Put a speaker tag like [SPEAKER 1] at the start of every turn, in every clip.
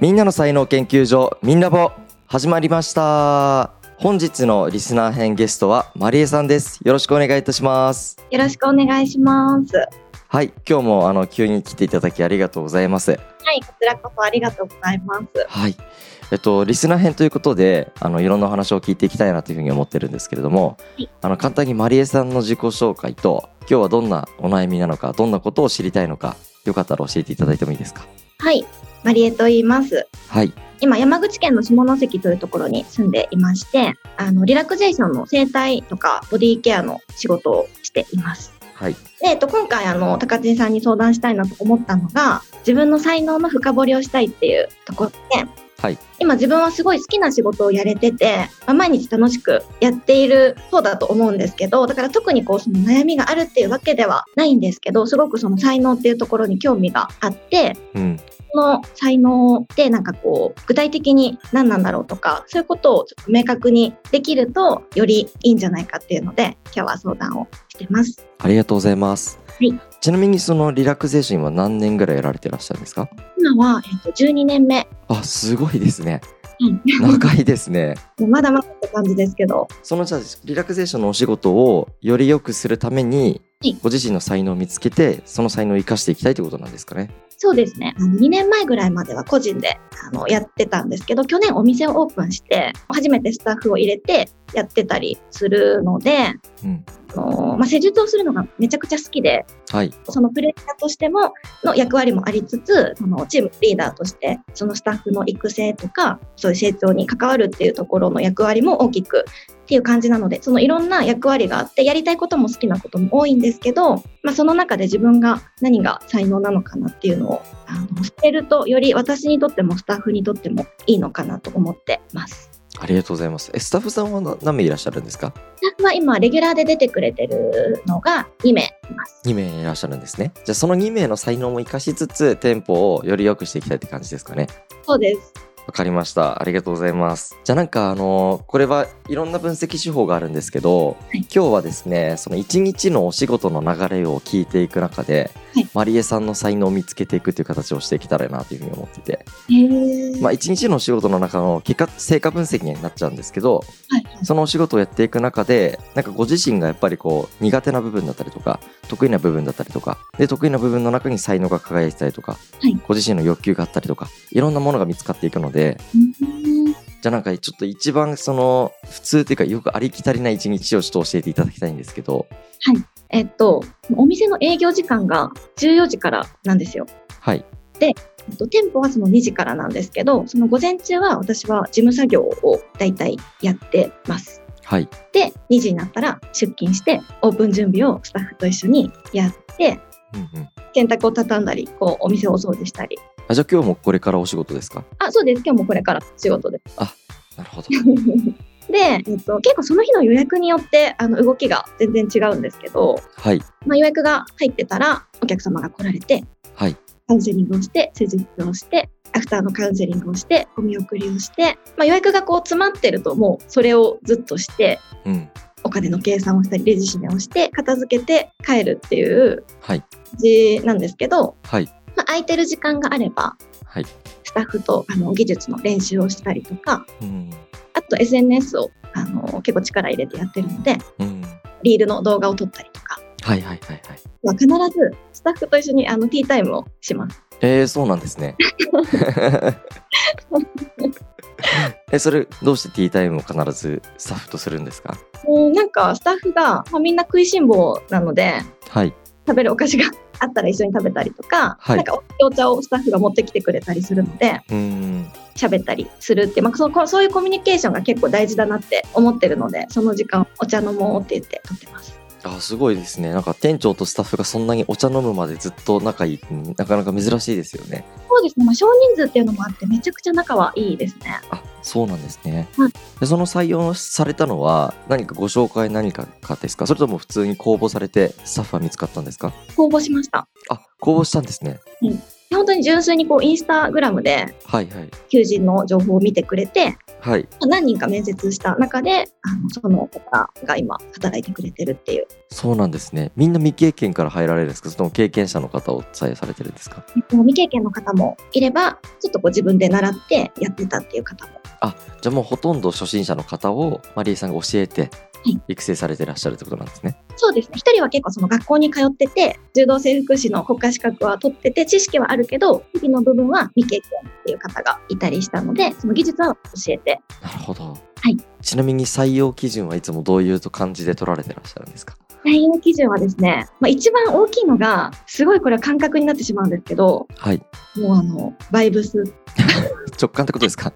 [SPEAKER 1] みんなの才能研究所みんなぼ始まりました本日のリスナー編ゲストはマリエさんですよろしくお願いいたします
[SPEAKER 2] よろしくお願いします。は
[SPEAKER 1] はい今日もあの急に来ていただきありがとうございます
[SPEAKER 2] い、こちらこそありがとうございます。
[SPEAKER 1] はいえっとリスナー編ということであのいろんなお話を聞いていきたいなというふうに思ってるんですけれども、
[SPEAKER 2] はい
[SPEAKER 1] あの簡単にマリエさんの自己紹介と今日はどんなお悩みなのかどんなことを知りたいのかよかったら教えていただいてもいいですか
[SPEAKER 2] はい、マリエと言います。
[SPEAKER 1] はい
[SPEAKER 2] 今、山口県の下関というところに住んでいまして、あの、リラクゼーションの整体とかボディケアの仕事をしています。
[SPEAKER 1] はい
[SPEAKER 2] で、えっと、今回、あの、高知さんに相談したいなと思ったのが、自分の才能の深掘りをしたいっていうところで、
[SPEAKER 1] はい
[SPEAKER 2] 今自分はすごい好きな仕事をやれてて、まあ毎日楽しくやっている方だと思うんですけど、だから特にこう、その悩みがあるっていうわけではないんですけど、すごくその才能っていうところに興味があって、
[SPEAKER 1] うん
[SPEAKER 2] この才能ってなんかこう具体的に何なんだろうとかそういうことをちょっと明確にできるとよりいいんじゃないかっていうので今日は相談をしてます。
[SPEAKER 1] ありがとうございます、
[SPEAKER 2] はい
[SPEAKER 1] ちなみにそのリラクゼーションは何年ぐらいやられてらっしゃるんですか
[SPEAKER 2] 今は、えっと12年目、
[SPEAKER 1] あすごいです ね
[SPEAKER 2] うん
[SPEAKER 1] 長いですね
[SPEAKER 2] まだまだって感じですけど
[SPEAKER 1] そのじゃあリラクゼーションのお仕事をより良くするために、
[SPEAKER 2] はい
[SPEAKER 1] ご自身の才能を見つけてその才能を生かしていきたいということなんですかね。
[SPEAKER 2] そうですねあの2年前ぐらいまでは個人であのやってたんですけど去年お店をオープンして初めてスタッフを入れてやってたりするので
[SPEAKER 1] うん、
[SPEAKER 2] あの、まあ、施術をするのがめちゃくちゃ好きで
[SPEAKER 1] はい、
[SPEAKER 2] そのプレイヤーとしてもの役割もありつつ、そのチームリーダーとして、そのスタッフの育成とか、そういう成長に関わるっていうところの役割も大きくっていう感じなので、そのいろんな役割があって、やりたいことも好きなことも多いんですけど、まあ、その中で自分が何が才能なのかなっていうのを、あの、捨てると、より私にとってもスタッフにとってもいいのかなと思ってます。
[SPEAKER 1] ありがとうございます。えスタッフさんはな何名いらっしゃるんですか
[SPEAKER 2] スタッフは今、レギュラーで出てくれてるのが2名います。
[SPEAKER 1] 2名いらっしゃるんですね。じゃあその2名の才能も生かしつつ店舗をより良くしていきたいって感じですかね。
[SPEAKER 2] そうです。
[SPEAKER 1] わかりました。ありがとうございます。じゃあなんかあのこれはいろんな分析手法があるんですけど、
[SPEAKER 2] い
[SPEAKER 1] 今日はですねその一日のお仕事の流れを聞いていく中で、
[SPEAKER 2] はい
[SPEAKER 1] マリエさんの才能を見つけていくっていう形をしていけたらなというふうに思ってて、
[SPEAKER 2] へー
[SPEAKER 1] まあ、一日のお仕事の中の結果成果分析になっちゃうんですけど
[SPEAKER 2] はい
[SPEAKER 1] そのお仕事をやっていく中でなんかご自身がやっぱりこう苦手な部分だったりとか得意な部分だったりとかで得意な部分の中に才能が輝いてたりとか、
[SPEAKER 2] はい
[SPEAKER 1] ご自身の欲求があったりとかいろんなものが見つかっていくので
[SPEAKER 2] うん
[SPEAKER 1] じゃあなんかちょっと一番その普通っていうかよくありきたりな一日をちょっと教えていただきたいんですけど
[SPEAKER 2] えっと、お店の営業時間が14時からなんですよ。
[SPEAKER 1] はい
[SPEAKER 2] えっと店舗はその2時からなんですけど、その午前中は私は事務作業を大体やってます。
[SPEAKER 1] はい
[SPEAKER 2] で、2時になったら出勤して、オープン準備をスタッフと一緒にやって、
[SPEAKER 1] うんうん
[SPEAKER 2] 洗濯を畳んだり、こう、お店をお掃除したり。
[SPEAKER 1] あじゃあ今日もこれからお仕事ですか
[SPEAKER 2] あ、そうです。今日もこれから仕事です。
[SPEAKER 1] なるほど
[SPEAKER 2] で、えっと、結構その日の予約によって、あの、動きが全然違うんですけど、
[SPEAKER 1] はい
[SPEAKER 2] まあ、予約が入ってたら、お客様が来られて、
[SPEAKER 1] はい
[SPEAKER 2] カウンセリングをして、施術をして、アフターのカウンセリングをして、お見送りをして、まあ、予約がこう詰まってると、もうそれをずっとして、
[SPEAKER 1] うん
[SPEAKER 2] お金の計算をしたり、レジ締めをして、片付けて帰るっていう
[SPEAKER 1] はい
[SPEAKER 2] 感じなんですけど、
[SPEAKER 1] はい
[SPEAKER 2] まあ、空いてる時間があれば、
[SPEAKER 1] はい
[SPEAKER 2] スタッフとあの技術の練習をしたりとか、
[SPEAKER 1] うん
[SPEAKER 2] あと SNS をあの結構力入れてやってるので、
[SPEAKER 1] うん
[SPEAKER 2] リールの動画を撮ったりとか、
[SPEAKER 1] はいはいはいはい
[SPEAKER 2] まあ必ずスタッフと一緒にあのティータイムをします。
[SPEAKER 1] えー、そうなんですね えそれどうしてティータイムを必ずスタッフとするんですか
[SPEAKER 2] もうなんかスタッフが、まあ、みんな食いしん坊なので、
[SPEAKER 1] はい
[SPEAKER 2] 食べるお菓子があったら一緒に食べたりとか、
[SPEAKER 1] はい
[SPEAKER 2] なんかお茶をスタッフが持ってきてくれたりするので
[SPEAKER 1] うん
[SPEAKER 2] 喋ったりするって、まあ、そのこそういうコミュニケーションが結構大事だなって思ってるのでその時間お茶飲もうって言って撮ってます。
[SPEAKER 1] あすごいですねなんか店長とスタッフがそんなにお茶飲むまでずっと仲いいってなかなか珍しいですよね
[SPEAKER 2] そうですね、まあ、少人数っていうのもあってめちゃくちゃ仲はいいですね。
[SPEAKER 1] あそうなんですね、
[SPEAKER 2] はい
[SPEAKER 1] でその採用されたのは何かご紹介何かかですかそれとも普通に公募されてスタッフは見つかったんですか
[SPEAKER 2] 公募しました。
[SPEAKER 1] あ公募したんですね、
[SPEAKER 2] うん本当に純粋にこうインスタグラムで
[SPEAKER 1] はいはい
[SPEAKER 2] 求人の情報を見てくれて、
[SPEAKER 1] はい
[SPEAKER 2] 何人か面接した中で、あのその方が今働いてくれてるっていう。
[SPEAKER 1] そうなんですねみんな未経験から入られるんですかその経験者の方を採用されてるんですか
[SPEAKER 2] えっと未経験の方もいれば、ちょっとこう自分で習ってやってたっていう方も。
[SPEAKER 1] じゃあもうほとんど初心者の方をマリーさんが教えて
[SPEAKER 2] い
[SPEAKER 1] 育成されてらっしゃるってことなんですね、
[SPEAKER 2] そうですね。一人は結構その学校に通ってて、柔道整復師の国家資格は取ってて、知識はあるけど、日々の部分は未経験っていう方がいたりしたので、その技術は教えて。
[SPEAKER 1] なるほど、
[SPEAKER 2] はい
[SPEAKER 1] ちなみに採用基準はいつもどういう感じで取られてらっしゃるんですか
[SPEAKER 2] 採用基準はですね、まあ、一番大きいのが、すごいこれは感覚になってしまうんですけど、
[SPEAKER 1] はい
[SPEAKER 2] もうあの、バイブス。
[SPEAKER 1] 直感ってことですか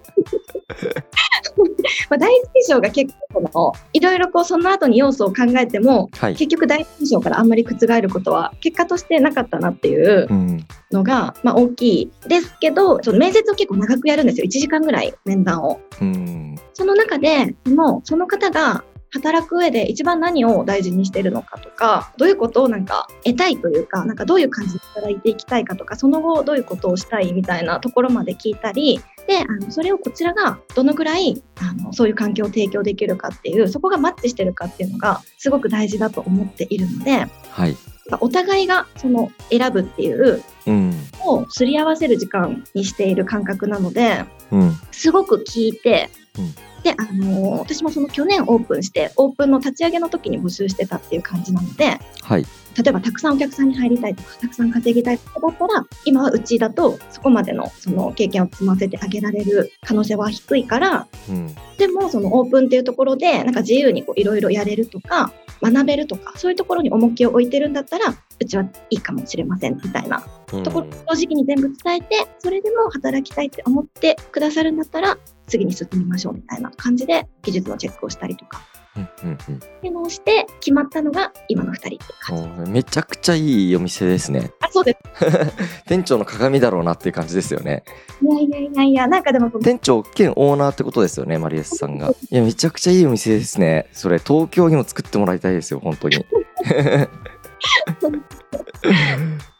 [SPEAKER 2] まあ、第一印象が結構この、いろいろこうその後に要素を考えても、
[SPEAKER 1] はい
[SPEAKER 2] 結局第一印象からあんまり覆ることは結果としてなかったなっていう
[SPEAKER 1] うん
[SPEAKER 2] のが、まあ、大きいですけどその面接を結構長くやるんですよ1時間ぐらい面談を
[SPEAKER 1] うん
[SPEAKER 2] その中でそのその方が働く上で一番何を大事にしてるのかとかどういうことをなんか得たいというかなんかどういう感じで働いていきたいかとかその後どういうことをしたいみたいなところまで聞いたりであのそれをこちらがどのぐらいあのそういう環境を提供できるかっていうそこがマッチしてるかっていうのがすごく大事だと思っているので
[SPEAKER 1] はい
[SPEAKER 2] お互いがその選ぶっていう
[SPEAKER 1] うん
[SPEAKER 2] をすり合わせる時間にしている感覚なので
[SPEAKER 1] うん
[SPEAKER 2] すごく聞いて、
[SPEAKER 1] うん
[SPEAKER 2] で、あのー私もその去年オープンしてオープンの立ち上げの時に募集してたっていう感じなので
[SPEAKER 1] はい
[SPEAKER 2] 例えばたくさんお客さんに入りたいとかたくさん稼ぎたいとかだったら今はうちだとそこまでのその経験を積ませてあげられる可能性は低いから
[SPEAKER 1] うん
[SPEAKER 2] でもそのオープンっていうところでなんか自由にこういろいろやれるとか学べるとかそういうところに重きを置いてるんだったらうちはいいかもしれませんみたいな
[SPEAKER 1] うん
[SPEAKER 2] ところ正直に全部伝えてそれでも働きたいって思ってくださるんだったら次に進みましょうみたいな感じで技術のチェックをしたりとか
[SPEAKER 1] うんうんうん
[SPEAKER 2] っていうのをして決まったのが今の2人っていう感じ
[SPEAKER 1] おめちゃくちゃいいお店ですね
[SPEAKER 2] あそうです
[SPEAKER 1] 店長の鏡だろうなっていう感じですよね
[SPEAKER 2] いやいやいやいやなんかでもその
[SPEAKER 1] 店長兼オーナーってことですよねマリエスさん がいやめちゃくちゃいいお店ですねそれ東京にも作ってもらいたいですよ本当 に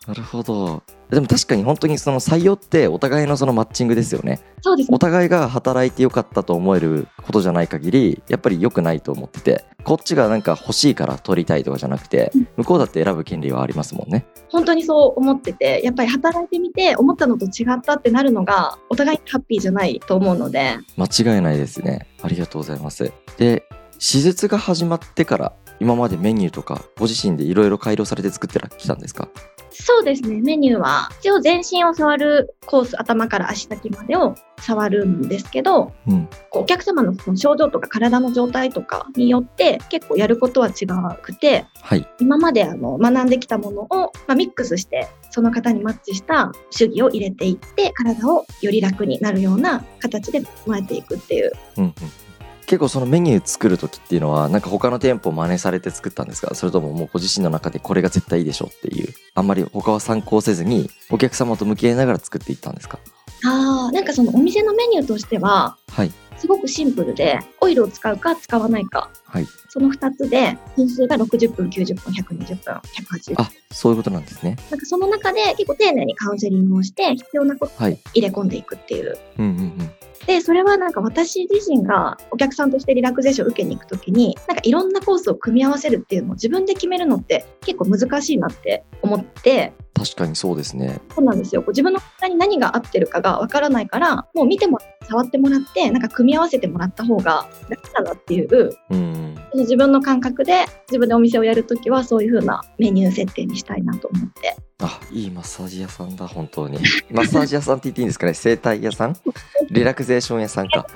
[SPEAKER 1] なるほどでも確かに本当にその採用ってお互いのそのマッチングですよね
[SPEAKER 2] そうです
[SPEAKER 1] お
[SPEAKER 2] ね
[SPEAKER 1] 互いが働いてよかったと思えることじゃない限りやっぱり良くないと思っててこっちがなんか欲しいから取りたいとかじゃなくて向こうだって選ぶ権利はありますもんね
[SPEAKER 2] 本当にそう思っててやっぱり働いてみて思ったのと違ったってなるのがお互いハッピーじゃないと思うので
[SPEAKER 1] 間違いないですねありがとうございますで施術が始まってから今までメニューとかご自身でいろいろ改良されて作ってきたんですか
[SPEAKER 2] そうですねメニューは一応全身を触るコース頭から足先までを触るんですけど
[SPEAKER 1] うん
[SPEAKER 2] こうお客様のその症状とか体の状態とかによって結構やることは違くて
[SPEAKER 1] はい
[SPEAKER 2] 今まであの学んできたものを、まあ、ミックスしてその方にマッチした手技を入れていって体をより楽になるような形で整えていくっていう
[SPEAKER 1] うんうん結構そのメニュー作る時っていうのはなんか他の店舗を真似されて作ったんですかそれとももうご自身の中でこれが絶対いいでしょうっていうあんまり他は参考せずにお客様と向き合いながら作っていったんですか
[SPEAKER 2] あーなんかそのお店のメニューとしては
[SPEAKER 1] はい
[SPEAKER 2] すごくシンプルでオイルを使うか使わないか
[SPEAKER 1] はい
[SPEAKER 2] その2つで分数が60分90分120分180分
[SPEAKER 1] あそういうことなんですね
[SPEAKER 2] なんかその中で結構丁寧にカウンセリングをして必要なことを
[SPEAKER 1] はい
[SPEAKER 2] 入れ込んでいくっていう
[SPEAKER 1] うんうんうん
[SPEAKER 2] でそれはなんか私自身がお客さんとしてリラクゼーションを受けに行くときになんかいろんなコースを組み合わせるっていうのを自分で決めるのって結構難しいなって思って
[SPEAKER 1] 確かにそうですね
[SPEAKER 2] そうなんですよこう自分の体に何が合ってるかがわからないからもう見てもらって触ってもらってなんか組み合わせてもらった方が楽だなっていう
[SPEAKER 1] うん
[SPEAKER 2] 自分の感覚で自分でお店をやるときはそういう風なメニュー設定にしたいなと思って
[SPEAKER 1] あいいマッサージ屋さんだ本当にマッサージ屋さんって言っていいんですかね整体屋さんリラクゼーション屋さんか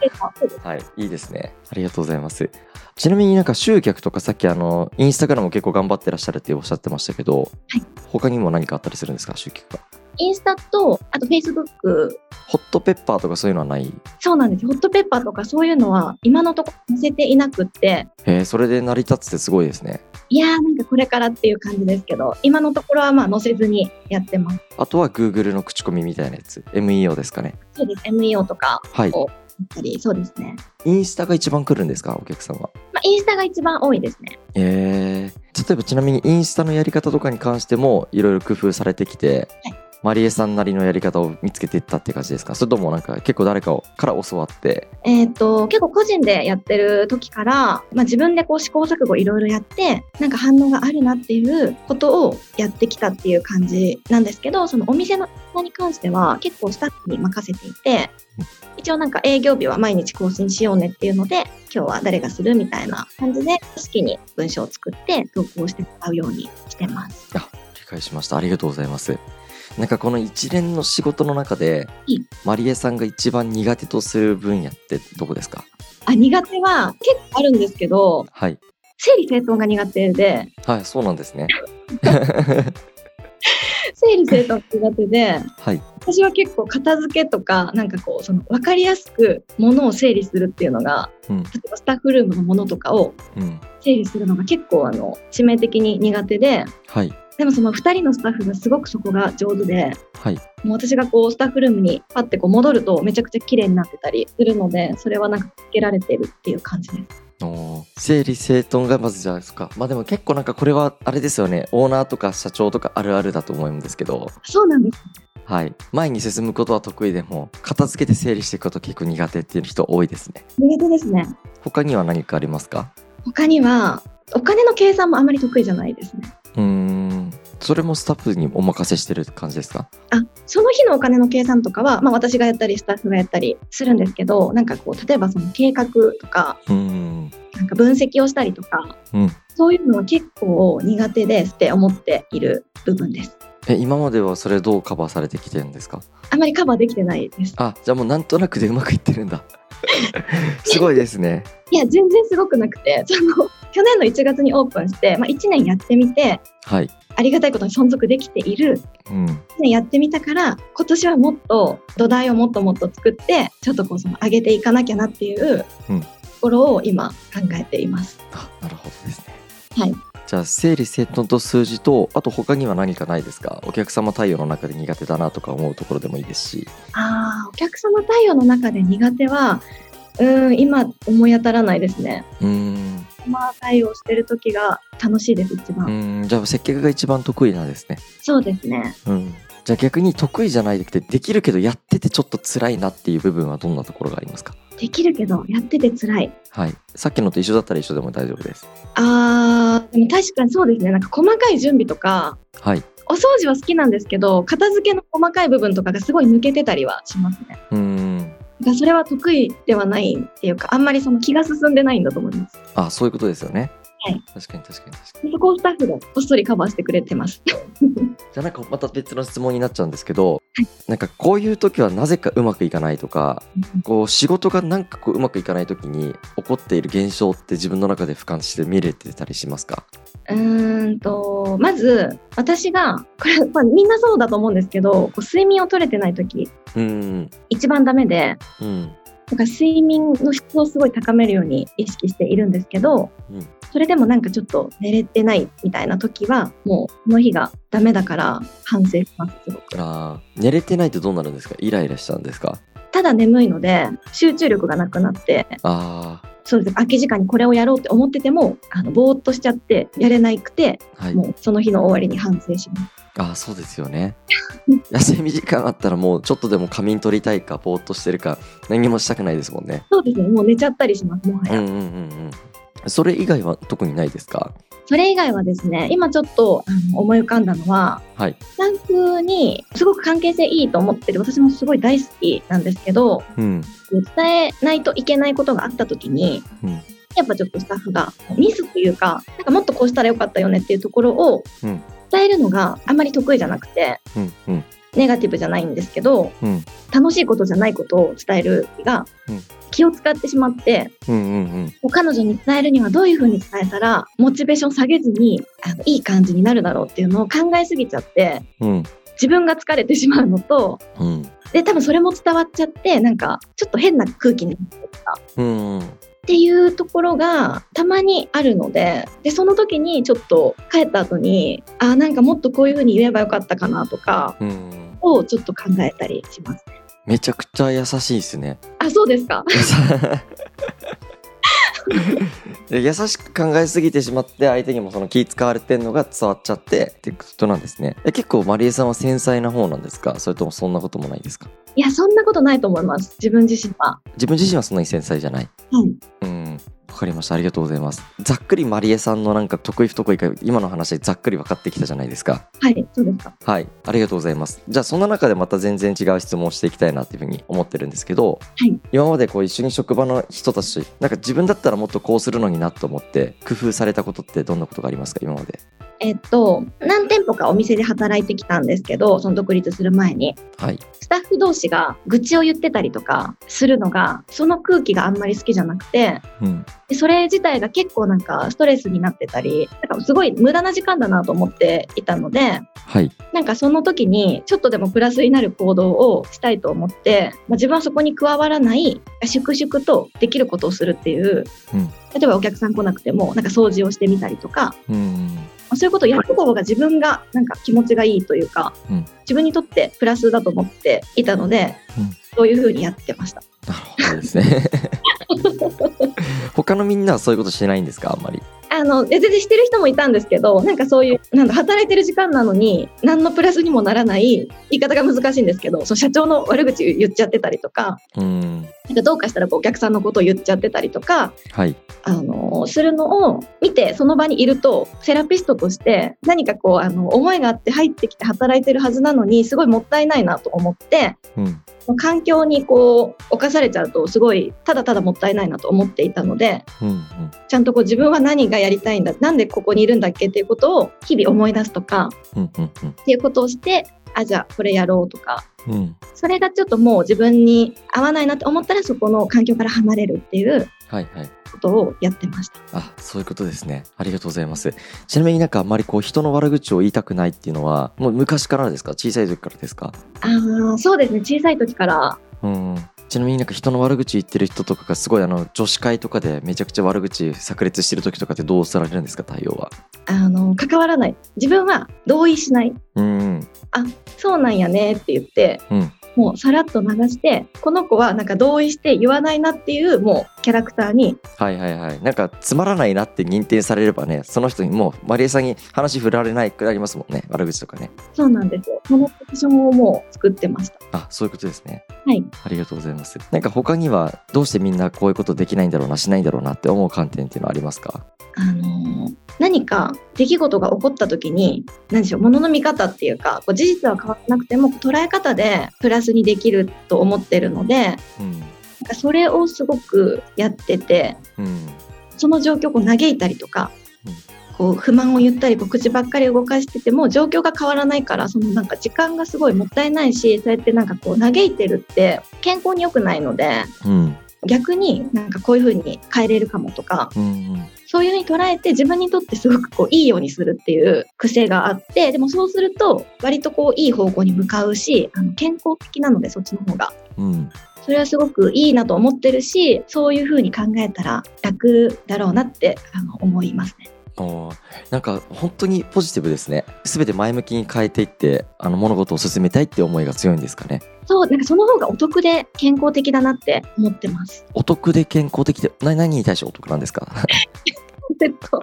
[SPEAKER 1] はいいいですねありがとうございますちなみになんか集客とかさっきあのインスタグラム結構頑張ってらっしゃるっておっしゃってましたけど、
[SPEAKER 2] はい
[SPEAKER 1] 他にも何かあったりするんですか集客が
[SPEAKER 2] インスタとあとフェイスブック
[SPEAKER 1] ホットペッパーとかそういうのはない
[SPEAKER 2] そうなんですよホットペッパーとかそういうのは今のところ載せていなくって
[SPEAKER 1] えー、それで成り立つってすごいですね
[SPEAKER 2] いやーなんかこれからっていう感じですけど今のところはまあ載せずにやってます
[SPEAKER 1] あとは Google の口コミみたいなやつ MEO ですかね
[SPEAKER 2] そうです MEO とか
[SPEAKER 1] はい
[SPEAKER 2] おやったりそうですね、
[SPEAKER 1] インスタが一番来るんですかお客さんは
[SPEAKER 2] まあ、インスタが一番多いですね
[SPEAKER 1] えー、例えばちなみにインスタのやり方とかに関してもいろいろ工夫されてきて、
[SPEAKER 2] はい
[SPEAKER 1] マリエさんなりのやり方を見つけていったって感じですかそれともなんか結構誰かをから教わって
[SPEAKER 2] えー、と結構個人でやってる時から、まあ、自分でこう試行錯誤いろいろやってなんか反応があるなっていうことをやってきたっていう感じなんですけどそのお店の方に関しては結構スタッフに任せていて一応なんか営業日は毎日更新しようねっていうので今日は誰がするみたいな感じで好きに文章を作って投稿してもらうようにしてます。
[SPEAKER 1] あ理解しましたありがとうございますなんかこの一連の仕事の中で
[SPEAKER 2] うん
[SPEAKER 1] マリエさんが一番苦手とする分野ってどこですか
[SPEAKER 2] あ苦手は結構あるんですけど
[SPEAKER 1] はい
[SPEAKER 2] 整理整頓が苦手で
[SPEAKER 1] はいそうなんですね
[SPEAKER 2] 整理整頓が苦手で
[SPEAKER 1] はい
[SPEAKER 2] 私は結構片付けとかなんかこうその分かりやすく物を整理するっていうのが、
[SPEAKER 1] うん
[SPEAKER 2] 例えばスタッフルームのものとかを
[SPEAKER 1] うん
[SPEAKER 2] 整理するのが結構あの致命的に苦手で
[SPEAKER 1] はい
[SPEAKER 2] でもその2人のスタッフがすごくそこが上手で
[SPEAKER 1] はい
[SPEAKER 2] もう私がこうスタッフルームにパッてこう戻るとめちゃくちゃ綺麗になってたりするのでそれはなんかつけられてるっていう感じです。
[SPEAKER 1] おー整理整頓がまずじゃないですかまあでも結構なんかこれはあれですよねオーナーとか社長とかあるあるだと思うんですけど
[SPEAKER 2] そうなんです
[SPEAKER 1] はい前に進むことは得意でも片付けて整理していくこと結構苦手っていう人多いですね
[SPEAKER 2] 苦手ですね
[SPEAKER 1] 他には何かありますか
[SPEAKER 2] 他にはお金の計算もあまり得意じゃないですね。
[SPEAKER 1] うーんそれもスタッフにお任せしてる感じですか
[SPEAKER 2] あその日のお金の計算とかは、まあ、私がやったりスタッフがやったりするんですけどなんかこう例えばその計画とか
[SPEAKER 1] うーん
[SPEAKER 2] なんか分析をしたりとか
[SPEAKER 1] うん
[SPEAKER 2] そういうのは結構苦手ですって思っている部分です。
[SPEAKER 1] え今まではそれどうカバーされてきてるんですか
[SPEAKER 2] あまりカバーできてないです。
[SPEAKER 1] あじゃあもうなんとなくでうまくいってるん だすごいですね
[SPEAKER 2] いや全然すごくなくて その去年の1月にオープンして、まあ、1年やってみて
[SPEAKER 1] はい
[SPEAKER 2] ありがたいことに存続できている
[SPEAKER 1] うん
[SPEAKER 2] 1年やってみたから今年はもっと土台をもっともっと作ってちょっとこうその上げていかなきゃなっていう
[SPEAKER 1] うん
[SPEAKER 2] ところを今考えています。
[SPEAKER 1] あなるほどですね
[SPEAKER 2] はい
[SPEAKER 1] じゃあ整理整頓と数字とあと他には何かないですかお客様対応の中で苦手だなとか思うところでもいいですし
[SPEAKER 2] ああ、お客様対応の中で苦手は、うーん、今思い当たらないですね。
[SPEAKER 1] うーん
[SPEAKER 2] カスタマー対応してる時が楽しいです、一
[SPEAKER 1] う
[SPEAKER 2] 番。
[SPEAKER 1] ーんじゃあ接客が一番得意なんですね
[SPEAKER 2] そうですね。
[SPEAKER 1] うんじゃあ逆に得意じゃないくてできるけどやっててちょっと辛いなっていう部分はどんなところがありますか
[SPEAKER 2] できるけど、やってて辛い。
[SPEAKER 1] はいさっきのと一緒だったら一緒でも大丈夫です
[SPEAKER 2] ああ、でも確かにそうですね。なんか細かい準備とか、
[SPEAKER 1] はい
[SPEAKER 2] お掃除は好きなんですけど、片付けの細かい部分とかがすごい抜けてたりはしますね。
[SPEAKER 1] うーん
[SPEAKER 2] だからそれは得意ではないっていうか、あんまりその気が進んでないんだと思います。
[SPEAKER 1] あそういうことですよね
[SPEAKER 2] はい
[SPEAKER 1] 確かに確かに確かに
[SPEAKER 2] そこをスタッフがこっそりカバーしてくれてます。
[SPEAKER 1] じゃあなんかまた別の質問になっちゃうんですけど、なんかこういう時はなぜかうまくいかないとかこう仕事がなんかこううまくいかない時に起こっている現象って自分の中で俯瞰して見れてたりしますか
[SPEAKER 2] うーんとまず私がこれ、まあ、みんなそうだと思うんですけどこう睡眠を取れてない時
[SPEAKER 1] うん
[SPEAKER 2] 一番ダメで
[SPEAKER 1] うん
[SPEAKER 2] だから睡眠の質をすごい高めるように意識しているんですけど、
[SPEAKER 1] うん
[SPEAKER 2] それでもなんかちょっと寝れてないみたいな時はもうこの日がダメだから反省しますすごく
[SPEAKER 1] あー寝れてないってどうなるんですかイライラしちゃうんですか
[SPEAKER 2] ただ眠いので集中力がなくなって
[SPEAKER 1] あ
[SPEAKER 2] そうです空き時間にこれをやろうって思っててもあのぼーっとしちゃってやれなくて
[SPEAKER 1] ーはい
[SPEAKER 2] もうその日の終わりに反省します。
[SPEAKER 1] あーそうですよね 休み時間あったらもうちょっとでも仮眠取りたいかぼーっとしてるか何もしたくないですもんね
[SPEAKER 2] そうですねもう寝ちゃったりしますもはや。
[SPEAKER 1] うんうんうんうんそれ以外は特にないですか
[SPEAKER 2] それ以外はですね、今ちょっとあの思い浮かんだのは、
[SPEAKER 1] はい
[SPEAKER 2] スタッフにすごく関係性いいと思ってる、私もすごい大好きなんですけど、
[SPEAKER 1] うん
[SPEAKER 2] 伝えないといけないことがあった時に、
[SPEAKER 1] うん
[SPEAKER 2] やっぱちょっとスタッフがミスというか、なんかもっとこうしたらよかったよねっていうところを
[SPEAKER 1] うん
[SPEAKER 2] 伝えるのがあまり得意じゃなくて、
[SPEAKER 1] うんうん
[SPEAKER 2] ネガティブじゃないんですけど、
[SPEAKER 1] うん
[SPEAKER 2] 楽しいことじゃないことを伝えるが
[SPEAKER 1] うん
[SPEAKER 2] 気を使ってしまって、
[SPEAKER 1] うんうんうん
[SPEAKER 2] もう彼女に伝えるにはどういうふうに伝えたらモチベーション下げずにあのいい感じになるだろうっていうのを考えすぎちゃって
[SPEAKER 1] うん
[SPEAKER 2] 自分が疲れてしまうのと
[SPEAKER 1] うん
[SPEAKER 2] で多分それも伝わっちゃってなんかちょっと変な空気になってたっ
[SPEAKER 1] うんうん
[SPEAKER 2] ていうところがたまにあるのででその時にちょっと帰った後にあーなんかもっとこういうふうに言えばよかったかなとか
[SPEAKER 1] うん
[SPEAKER 2] をちょっと考えたりします。
[SPEAKER 1] めちゃくちゃ優しいですね
[SPEAKER 2] あそうですか
[SPEAKER 1] 優で優しく考えすぎてしまって相手にもその気使われてんのが伝わっちゃってってことなんですねえ結構まりえさんは繊細な方なんですかそれともそんなこともないですか
[SPEAKER 2] いや、そんなことないと思います。自分自身は。
[SPEAKER 1] 自分自身はそんなに繊細じゃない
[SPEAKER 2] はい。
[SPEAKER 1] うんわかりましたありがとうございますざっくりまりえさんのなんか得意不得意か今の話でざっくり分かってきたじゃないですか
[SPEAKER 2] はい、そうですか。
[SPEAKER 1] はい、ありがとうございます。じゃあそんな中でまた全然違う質問をしていきたいなっていうふうに思ってるんですけど、
[SPEAKER 2] はい
[SPEAKER 1] 今までこう一緒に職場の人たちなんか自分だったらもっとこうするのになと思って工夫されたことってどんなことがありますか今まで。
[SPEAKER 2] えっと、何店舗かお店で働いてきたんですけど、その独立する前に、
[SPEAKER 1] はい、
[SPEAKER 2] スタッフ同士が愚痴を言ってたりとかするのが、その空気があんまり好きじゃなくて、
[SPEAKER 1] うん、
[SPEAKER 2] でそれ自体が結構なんかストレスになってたり、なんかすごい無駄な時間だなと思っていたので、
[SPEAKER 1] はい、
[SPEAKER 2] なんかその時にちょっとでもプラスになる行動をしたいと思って、まあ、自分はそこに加わらない粛々とできることをするっていう、
[SPEAKER 1] うん
[SPEAKER 2] 例えばお客さん来なくてもなんか掃除をしてみたりとか、
[SPEAKER 1] うん、
[SPEAKER 2] まあそういうことをやる方が自分がなんか気持ちがいいというか、
[SPEAKER 1] うん
[SPEAKER 2] 自分にとってプラスだと思っていたので、
[SPEAKER 1] うん
[SPEAKER 2] そういうふうにやってました。
[SPEAKER 1] なるほどですね。 他のみんなはそういうことしないんですかあんまり。
[SPEAKER 2] あので全然してる人もいたんですけどなんかそういうなんだ働いてる時間なのに何のプラスにもならない言い方が難しいんですけどその社長の悪口言っちゃってたりとか
[SPEAKER 1] うん、
[SPEAKER 2] なんかどうかしたらこうお客さんのことを言っちゃってたりとか、
[SPEAKER 1] はい、
[SPEAKER 2] あのするのを見てその場にいるとセラピストとして何かこうあの思いがあって入ってきて働いてるはずなのにすごいもったいないなと思って
[SPEAKER 1] うん、
[SPEAKER 2] その環境にこう侵されちゃうとすごいただただもったいないなと思っていたので
[SPEAKER 1] うん、うん。
[SPEAKER 2] ちゃんとこう自分は何がやりたいんだなんでここにいるんだっけっていうことを日々思い出すとか
[SPEAKER 1] うんうん
[SPEAKER 2] っていうことをしてあじゃあこれやろうとか
[SPEAKER 1] うんうん
[SPEAKER 2] それがちょっともう自分に合わないなと思ったらそこの環境から離れるっていう
[SPEAKER 1] はいはい
[SPEAKER 2] ことをやってました。
[SPEAKER 1] あそういうことですねありがとうございますちなみになんかあんまりこう人の悪口を言いたくないっていうのはもう昔からですか小さい時からですか
[SPEAKER 2] ああ、そうですね。小さい時から。
[SPEAKER 1] うんちなみになんか人の悪口言ってる人とかがすごいあの女子会とかでめちゃくちゃ悪口炸裂してる時とかってどうされるんですか対応は
[SPEAKER 2] あの関わらない自分は同意しない
[SPEAKER 1] うん
[SPEAKER 2] そうなんやねって言って、
[SPEAKER 1] うん
[SPEAKER 2] もうさらっと流してこの子はなんか同意して言わないなっていうもうキャラクターに
[SPEAKER 1] はいはいはいなんかつまらないなって認定されればねその人にもうマリエさんに話振られないくらいありますもんね悪口とかね
[SPEAKER 2] そうなんですよこのポジションをもう作ってました
[SPEAKER 1] あそういうことですね
[SPEAKER 2] はい
[SPEAKER 1] ありがとうございますなんか他にはどうしてみんなこういうことできないんだろうなしないんだろうなって思う観点っていうのはありますか
[SPEAKER 2] あのー何か出来事が起こった時に何でしょうものの見方っていうかこう事実は変わらなくても捉え方でプラスにできると思ってるのでなん
[SPEAKER 1] うん
[SPEAKER 2] かそれをすごくやってて
[SPEAKER 1] うん
[SPEAKER 2] その状況をこう嘆いたりとか、
[SPEAKER 1] うん
[SPEAKER 2] こう不満を言ったりこう口ばっかり動かしてても状況が変わらないからそのなんか時間がすごいもったいないしそうやってなんかこう嘆いてるって健康に良くないので
[SPEAKER 1] うん
[SPEAKER 2] 逆になんかこういう風に変えれるかもとか
[SPEAKER 1] うんうん
[SPEAKER 2] そういう風に捉えて自分にとってすごくこういいようにするっていう癖があってでもそうすると割とこういい方向に向かうしあの健康的なのでそっちの方が。
[SPEAKER 1] うん
[SPEAKER 2] それはすごくいいなと思ってるしそういう風に考えたら楽だろうなってあの思いますね。
[SPEAKER 1] おーなんか本当にポジティブですね全て前向きに変えていってあの物事を進めたいって思いが強いんですかね
[SPEAKER 2] そう、なんかその方がお得で健康的だなって思ってます。
[SPEAKER 1] お得で健康的でな何に対してお得なんですか
[SPEAKER 2] えっと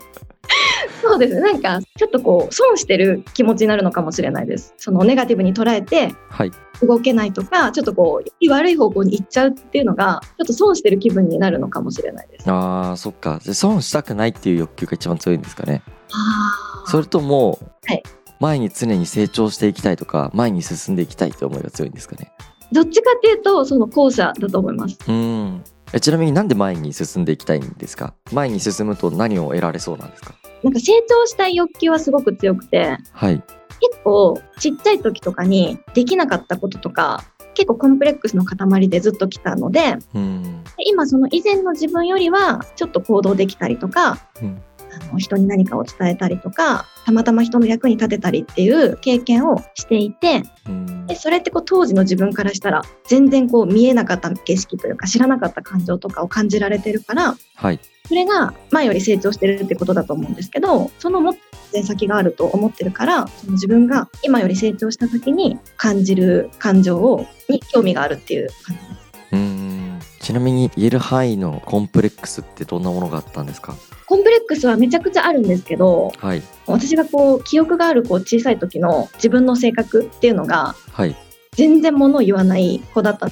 [SPEAKER 2] そうですね。なんかちょっとこう損してる気持ちになるのかもしれないです。そのネガティブに捉えて
[SPEAKER 1] はい
[SPEAKER 2] 動けないとか、ちょっとこうより悪い方向に行っちゃうっていうのがちょっと損してる気分になるのかもしれないです。あ
[SPEAKER 1] あーそっかで損したくないっていう欲求が一番強いんですかね
[SPEAKER 2] あ
[SPEAKER 1] それとも、
[SPEAKER 2] はい
[SPEAKER 1] 前に常に成長していきたいとか前に進んでいきたいって思いが強いんですかね
[SPEAKER 2] どっちかっていうとその後者だと思います。
[SPEAKER 1] うんえちなみになんで前に進んでいきたいんですか前に進むと何を得られそうなんですか
[SPEAKER 2] なんか成長したい欲求はすごく強くて、
[SPEAKER 1] はい
[SPEAKER 2] 結構ちっちゃい時とかにできなかったこととか、結構コンプレックスの塊でずっと来たので、
[SPEAKER 1] うん
[SPEAKER 2] で今その以前の自分よりはちょっと行動できたりとか、
[SPEAKER 1] うん
[SPEAKER 2] あの人に何かを伝えたりとかたまたま人の役に立てたりっていう経験をしていて
[SPEAKER 1] うん
[SPEAKER 2] でそれってこう当時の自分からしたら全然こう見えなかった景色というか知らなかった感情とかを感じられてるから
[SPEAKER 1] はい
[SPEAKER 2] それが前より成長してるってことだと思うんですけどそのもっと全然先があると思ってるからその自分が今より成長した時に感じる感情をに興味があるっていう感じです。
[SPEAKER 1] うーんちなみに言える範囲のコンプレックスってどんなものがあったんですか
[SPEAKER 2] コンプレックスはめちゃくちゃあるんですけど
[SPEAKER 1] はい
[SPEAKER 2] 私がこう記憶があるこう小さい時の自分の性格っていうのが
[SPEAKER 1] はい
[SPEAKER 2] 全然物を言わない子だった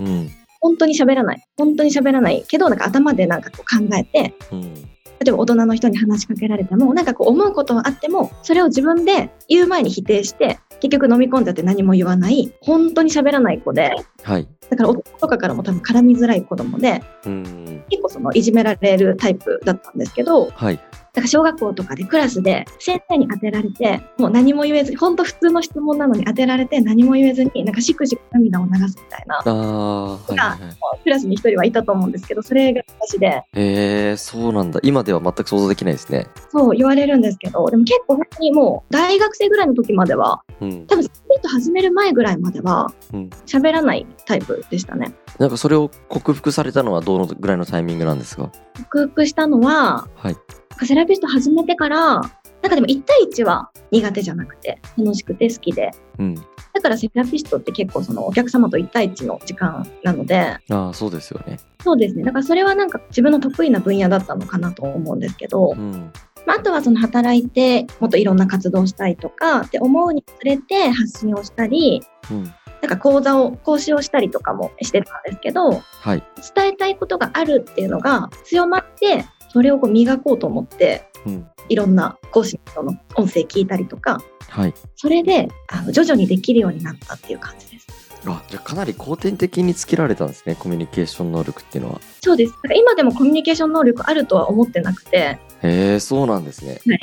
[SPEAKER 1] うん
[SPEAKER 2] 本当に喋らない本当に喋らないけどなんか頭でなんかこう考えて
[SPEAKER 1] うん
[SPEAKER 2] 例えば大人の人に話しかけられてもなんかこう思うことはあってもそれを自分で言う前に否定して結局飲み込んじゃって何も言わない本当に喋らない子で
[SPEAKER 1] はい
[SPEAKER 2] だから夫とかからも多分絡みづらい子供で
[SPEAKER 1] うん
[SPEAKER 2] 結構そのいじめられるタイプだったんですけどだ
[SPEAKER 1] はい
[SPEAKER 2] から小学校とかでクラスで先生に当てられてもう何も言えず本当普通の質問なのに当てられて何も言えずになんかしくしく涙を流すみたいな
[SPEAKER 1] あーはいはいはい
[SPEAKER 2] クラスに一人はいたと思うんですけどそれが私で
[SPEAKER 1] えー、そうなんだ今では全く想像できないですね
[SPEAKER 2] そう言われるんですけどでも結構本当にもう大学生ぐらいの時までは
[SPEAKER 1] うん
[SPEAKER 2] 多分スピート始める前ぐらいまでは
[SPEAKER 1] うん
[SPEAKER 2] 喋らないタイプでしたね。
[SPEAKER 1] なんかそれを克服されたのはどのぐらいのタイミングなんですか
[SPEAKER 2] 克服したのは
[SPEAKER 1] はい
[SPEAKER 2] なんかセラピスト始めてからなんかでも1対1は苦手じゃなくて楽しくて好きで
[SPEAKER 1] うん
[SPEAKER 2] だからセラピストって結構そのお客様と1対1の時間なので
[SPEAKER 1] ああそうですよね
[SPEAKER 2] そうですねだからそれはなんか自分の得意な分野だったのかなと思うんですけど、
[SPEAKER 1] うん
[SPEAKER 2] まあ、あとはその働いてもっといろんな活動をしたいとかって思うにつれて発信をしたり
[SPEAKER 1] うん
[SPEAKER 2] なんか講座を講師をしたりとかもしてたんですけど
[SPEAKER 1] はい
[SPEAKER 2] 伝えたいことがあるっていうのが強まってそれをこう磨こうと思って
[SPEAKER 1] うん
[SPEAKER 2] いろんな講師の人の音声聞いたりとか
[SPEAKER 1] はい
[SPEAKER 2] それであの徐々にできるようになったっていう感じです。
[SPEAKER 1] あじゃあかなり後天的につけられたんですねコミュニケーション能力っていうのは
[SPEAKER 2] そうですだから今でもコミュニケーション能力あるとは思ってなくて
[SPEAKER 1] へえそうなんですね
[SPEAKER 2] はい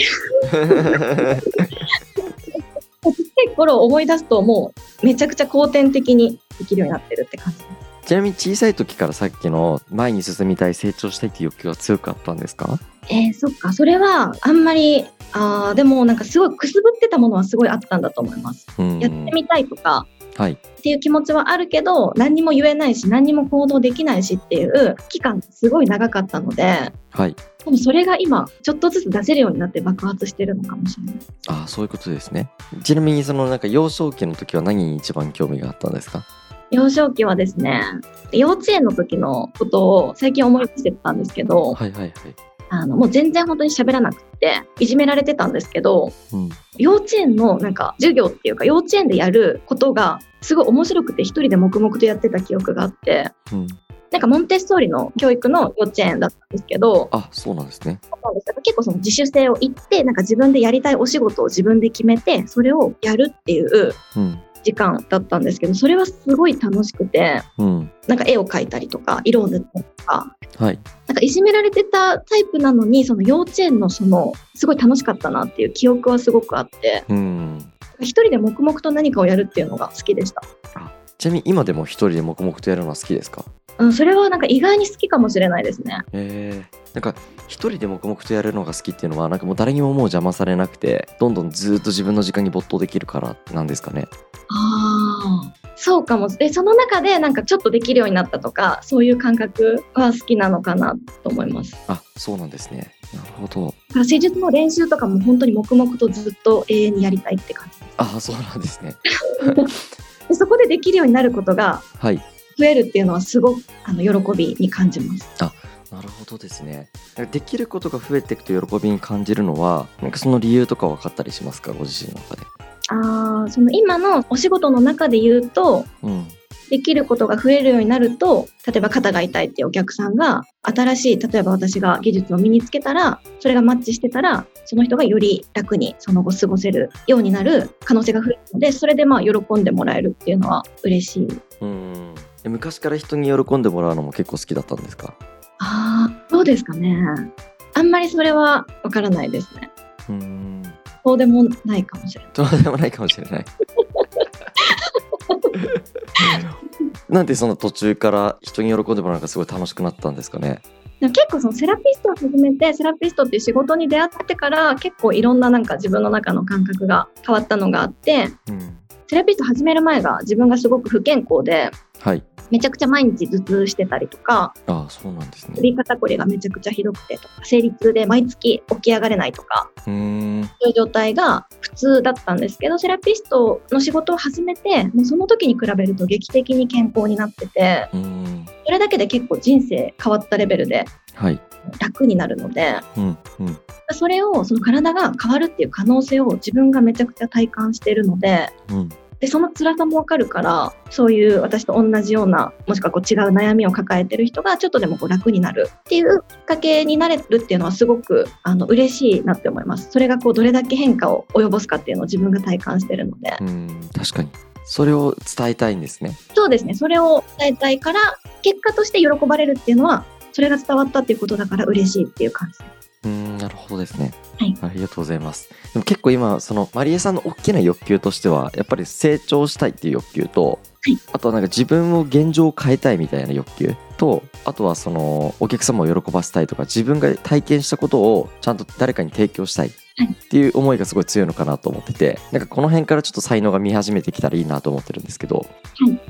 [SPEAKER 2] 小さい頃を思い出すともうめちゃくちゃ後天的にできるようになってるって感じです。
[SPEAKER 1] ちなみに小さい時からさっきの前に進みたい成長したいっていう欲求が強かったんですか
[SPEAKER 2] えー、そっかそれはあんまりあーでもなんかすごいくすぶってたものはすごいあったんだと思います、
[SPEAKER 1] うん
[SPEAKER 2] やってみたいとか
[SPEAKER 1] はい
[SPEAKER 2] っていう気持ちはあるけど何にも言えないし何にも行動できないしっていう期間がすごい長かったので
[SPEAKER 1] はい
[SPEAKER 2] でもそれが今ちょっとずつ出せるようになって爆発してるのかもしれない
[SPEAKER 1] ああそういうことですねちなみにそのなんか幼少期の時は何に一番興味があったんですか
[SPEAKER 2] 幼少期はですね幼稚園の時のことを最近思い出してたんですけど
[SPEAKER 1] はいはいはい
[SPEAKER 2] あのもう全然本当に喋らなくていじめられてたんですけど
[SPEAKER 1] うん
[SPEAKER 2] 幼稚園のなんか授業っていうか幼稚園でやることがすごい面白くて一人で黙々とやってた記憶があって
[SPEAKER 1] うん
[SPEAKER 2] なんかモンテッソーリの教育の幼稚園だったんですけど
[SPEAKER 1] あそうなんですね
[SPEAKER 2] そうです結構その自主性を言ってなんか自分でやりたいお仕事を自分で決めてそれをやるっていう
[SPEAKER 1] うん
[SPEAKER 2] 時間だったんですけどそれはすごい楽しくて
[SPEAKER 1] うん
[SPEAKER 2] なんか絵を描いたりとか色を塗ったりとか。
[SPEAKER 1] はい
[SPEAKER 2] なんかいじめられてたタイプなのにその幼稚園のそのすごい楽しかったなっていう記憶はすごくあって
[SPEAKER 1] うん
[SPEAKER 2] 一人で黙々と何かをやるっていうのが好きでした
[SPEAKER 1] ちなみに今でも一人で黙々とやるのは好きですか
[SPEAKER 2] うん、それはなんか意外に好きかもしれないですね。
[SPEAKER 1] えー、なんか一人で黙々とやるのが好きっていうのはなんかもう誰にももう邪魔されなくてどんどんずーっと自分の時間に没頭できるからなんですかね
[SPEAKER 2] ああ。そうかも。で、その中でなんかちょっとできるようになったとか、そういう感覚は好きなのかなと思います。だ
[SPEAKER 1] あそうなんですねなるほど
[SPEAKER 2] から施術の練習とかも本当に黙々とずっと永遠にやりたいって感じです。
[SPEAKER 1] あそうなんですね
[SPEAKER 2] で、そこでできるようになることが
[SPEAKER 1] はい
[SPEAKER 2] 増えるっていうのはすごくあの喜びに感じます。
[SPEAKER 1] なるほどですねなんかできることが増えていくと喜びに感じるのはなんかその理由とか分かったりしますかご自身の中で
[SPEAKER 2] ああ、その今のお仕事の中で言うと、
[SPEAKER 1] うん
[SPEAKER 2] できることが増えるようになると例えば肩が痛いっていうお客さんが新しい例えば私が技術を身につけたらそれがマッチしてたらその人がより楽にその後過ごせるようになる可能性が増えるのでそれでまあ喜んでもらえるっていうのは嬉しい。
[SPEAKER 1] うんえ昔から人に喜んでもらうのも結構好きだったんですか
[SPEAKER 2] ああどうですかねあんまりそれはわからないですね。
[SPEAKER 1] うん
[SPEAKER 2] そうでもないかもしれない。
[SPEAKER 1] どうでもないかもしれないなんでその途中から人に喜んでもらうのがすごい楽しくなったんですかね
[SPEAKER 2] でも結構そのセラピストを始めてセラピストっていう仕事に出会ってから結構いろんななんか自分の中の感覚が変わったのがあって
[SPEAKER 1] うん
[SPEAKER 2] セラピスト始める前が自分がすごく不健康で
[SPEAKER 1] はい
[SPEAKER 2] めちゃくちゃ毎日頭痛してたりとか、
[SPEAKER 1] ああ、そうなんですね。
[SPEAKER 2] 首肩こりがめちゃくちゃひどくてとか、生理痛で毎月起き上がれないとか、
[SPEAKER 1] うーん。
[SPEAKER 2] そういう状態が普通だったんですけど、セラピストの仕事を始めて、もうその時に比べると劇的に健康になってて、
[SPEAKER 1] うーん。
[SPEAKER 2] それだけで結構人生変わったレベルで
[SPEAKER 1] はい。
[SPEAKER 2] 楽になるので、
[SPEAKER 1] うん。うん。
[SPEAKER 2] それをその体が変わるっていう可能性を自分がめちゃくちゃ体感してるので、
[SPEAKER 1] うん。
[SPEAKER 2] でその辛さもわかるからそういう私と同じようなもしくはこう違う悩みを抱えてる人がちょっとでもこう楽になるっていうきっかけになれるっていうのはすごくあの嬉しいなって思いますそれがこうどれだけ変化を及ぼすかっていうのを自分が体感してるので
[SPEAKER 1] うん。確かに。それを伝えたいんですね。
[SPEAKER 2] そうですねそれを伝えたいから結果として喜ばれるっていうのはそれが伝わったっていうことだから嬉しいっていう感じ
[SPEAKER 1] うーん。なるほどですね。
[SPEAKER 2] はい。
[SPEAKER 1] ありがとうございます。でも結構今、その、マリエさんの大きな欲求としては、やっぱり成長したいっていう欲求と、
[SPEAKER 2] はい
[SPEAKER 1] あとはなんか自分を現状を変えたいみたいな欲求と、あとはその、お客様を喜ばせたいとか、自分が体験したことをちゃんと誰かに提供したい
[SPEAKER 2] はい
[SPEAKER 1] っていう思いがすごい強いのかなと思ってて、なんかこの辺からちょっと才能が見始めてきたらいいなと思ってるんですけど、
[SPEAKER 2] はい